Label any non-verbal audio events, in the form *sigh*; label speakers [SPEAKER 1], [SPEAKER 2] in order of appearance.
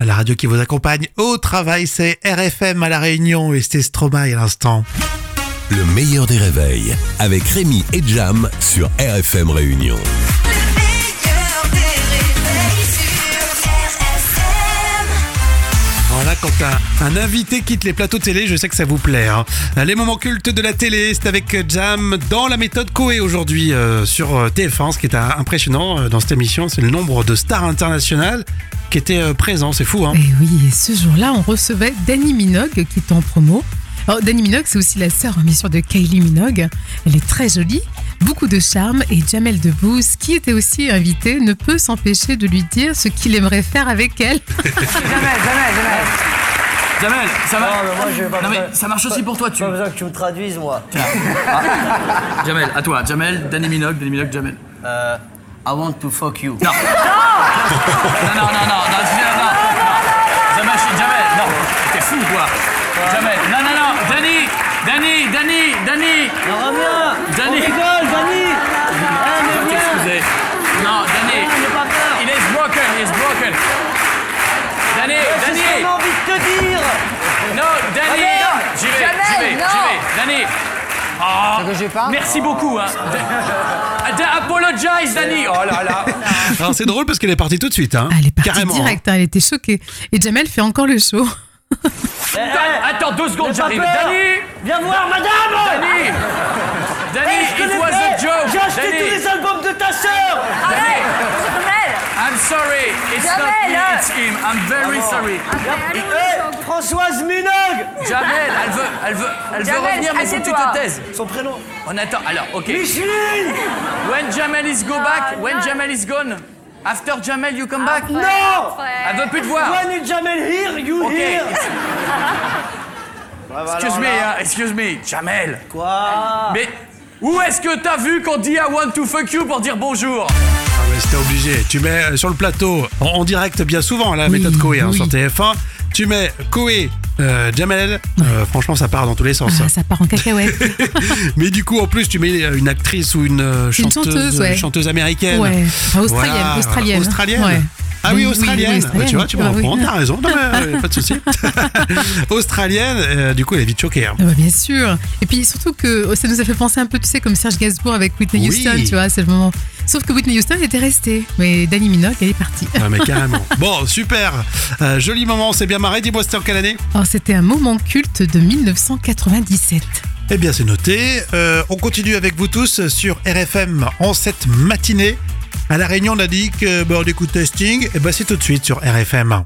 [SPEAKER 1] radio qui vous accompagne au travail, c'est RFM à La Réunion et c'était Stromae à l'instant.
[SPEAKER 2] Le meilleur des réveils avec Rémi et Jam sur RFM Réunion.
[SPEAKER 3] Le meilleur des réveils sur RFM.
[SPEAKER 1] Voilà, quand un, un invité quitte les plateaux télé, je sais que ça vous plaît. hein. Les moments cultes de la télé, c'est avec Jam dans la méthode Coé aujourd'hui euh, sur euh, TF1. Ce qui est euh, impressionnant euh, dans cette émission, c'est le nombre de stars internationales qui étaient euh, présents. C'est fou, hein
[SPEAKER 4] *laughs* Et Eh oui, et ce jour-là, on recevait Danny Minogue qui est en promo. Alors, Danny Minogue, c'est aussi la sœur, hein, bien sûr, de Kylie Minogue. Elle est très jolie, beaucoup de charme et Jamel Debbouze, qui était aussi invité, ne peut s'empêcher de lui dire ce qu'il aimerait faire avec elle.
[SPEAKER 5] Jamel, ça va
[SPEAKER 6] Non, mais moi, je vais pas
[SPEAKER 5] Non, mais
[SPEAKER 6] faire-
[SPEAKER 5] ça marche aussi pour toi, tu.
[SPEAKER 6] Pas besoin que tu me traduises, moi.
[SPEAKER 5] Jamel, à toi, Jamel, Danny Minogue, Danny Minogue, Jamel.
[SPEAKER 6] Euh, I want to fuck you.
[SPEAKER 5] Non Non, non, non, non, non, non, non, non. Jamel, je suis Jamel, non, t'es fou quoi Jamel, non, non, non, Danny, Danny, Danny, Danny
[SPEAKER 6] Non, reviens
[SPEAKER 5] Danny.
[SPEAKER 6] On rigole, Danny Ah,
[SPEAKER 5] Je
[SPEAKER 6] mais
[SPEAKER 5] dois
[SPEAKER 6] viens
[SPEAKER 5] t'excuser. Non, Danny,
[SPEAKER 6] Non, n'aie pas peur.
[SPEAKER 5] il est broken, il est broken Danny,
[SPEAKER 6] J'ai
[SPEAKER 5] Danny
[SPEAKER 6] seulement envie de te dire
[SPEAKER 5] Non, Danny
[SPEAKER 6] non,
[SPEAKER 5] J'y vais, j'y vais, j'y vais, Danny Oh, merci beaucoup,
[SPEAKER 6] *laughs*
[SPEAKER 5] hein. Da- Da- Apologize, Danny. Oh là
[SPEAKER 6] *laughs*
[SPEAKER 5] là.
[SPEAKER 1] Alors, c'est drôle parce qu'elle est partie tout de suite, hein.
[SPEAKER 4] Ah, elle est partie
[SPEAKER 1] Carrément. hein.
[SPEAKER 4] direct, hein, elle était choquée. Et Jamel fait encore le show.
[SPEAKER 5] Dan- Attends deux secondes,
[SPEAKER 6] N'aie pas
[SPEAKER 5] j'arrive.
[SPEAKER 6] peur
[SPEAKER 5] Danny,
[SPEAKER 6] Viens voir, madame
[SPEAKER 5] Danny, Danny,
[SPEAKER 6] Eh, je
[SPEAKER 5] it
[SPEAKER 6] connais
[SPEAKER 5] was
[SPEAKER 6] pas.
[SPEAKER 5] a joke.
[SPEAKER 6] J'ai acheté
[SPEAKER 5] Danny,
[SPEAKER 6] tous les albums de ta sœur
[SPEAKER 5] Danny, I'm sorry. It's not me,
[SPEAKER 7] Jamel. hein.
[SPEAKER 5] it's him. I'm very sorry.
[SPEAKER 6] Eh, Françoise Minogue
[SPEAKER 5] Jamel, elle veut, elle veut, elle veut
[SPEAKER 7] Jamel,
[SPEAKER 5] revenir, mais faut que tu
[SPEAKER 7] assieds-toi.
[SPEAKER 5] te taises.
[SPEAKER 6] Son prénom
[SPEAKER 5] On attend. Alors, ok.
[SPEAKER 6] Micheline
[SPEAKER 5] When Jamel is go back,
[SPEAKER 7] Ah,
[SPEAKER 5] when
[SPEAKER 7] non.
[SPEAKER 5] Jamel is gone, after Jamel you come back.
[SPEAKER 6] Non
[SPEAKER 5] Elle veut plus te voir.
[SPEAKER 6] When is Jamel here, you
[SPEAKER 5] Ok.
[SPEAKER 6] here
[SPEAKER 5] it's- Excuse me, hein, excuse me, Jamel.
[SPEAKER 6] Quoi
[SPEAKER 5] Mais où est-ce que t'as vu qu'on dit I want to fuck you pour dire bonjour
[SPEAKER 1] Ah, mais c'était obligé. Tu mets euh, sur le plateau, en, en direct bien souvent, la
[SPEAKER 4] Oui,
[SPEAKER 1] méthode Coé hein,
[SPEAKER 4] oui.
[SPEAKER 1] sur TF1. Tu mets Coé, euh, Jamel. Euh, franchement, ça part dans tous les sens. hein.
[SPEAKER 4] Ah, ça part
[SPEAKER 1] *laughs*
[SPEAKER 4] en cacahuète.
[SPEAKER 1] Mais du coup, en plus, tu mets euh, une actrice ou une euh,
[SPEAKER 4] Une
[SPEAKER 1] chanteuse,
[SPEAKER 4] chanteuse, ouais.
[SPEAKER 1] chanteuse américaine.
[SPEAKER 4] Ouais. Enfin, australienne,
[SPEAKER 1] Voilà,
[SPEAKER 4] australienne. hein.
[SPEAKER 1] Australienne.
[SPEAKER 4] Ouais.
[SPEAKER 1] Ah oui,
[SPEAKER 4] Oui, oui,
[SPEAKER 1] australienne.
[SPEAKER 4] oui,
[SPEAKER 1] Bah, tu vois,
[SPEAKER 4] australienne.
[SPEAKER 1] tu me
[SPEAKER 4] Ah, oui.
[SPEAKER 1] reprends, t'as raison. Non, mais, euh, pas de
[SPEAKER 4] *laughs*
[SPEAKER 1] souci. *laughs* australienne, euh, du coup, elle est vite choquée. hein.
[SPEAKER 4] Ah bah, bien sûr. Et puis surtout que oh, ça nous a fait penser un peu, tu sais, comme Serge Gainsbourg avec Whitney
[SPEAKER 1] Oui.
[SPEAKER 4] Houston, tu vois, c'est le moment. Sauf que Whitney Houston était restée, mais Danny Minogue, elle est partie.
[SPEAKER 1] Ah, mais carrément. Bon, super. Euh, joli moment, c'est bien marré. Dis-moi, c'était en quelle année
[SPEAKER 4] Alors Oh, c'était un moment culte de 1997.
[SPEAKER 1] Eh bien, c'est noté. Euh, on continue avec vous tous sur RFM en Eh cette matinée. À La Réunion, on a dit que bah, on écoute testing. Et ben, c'est tout de suite sur RFM.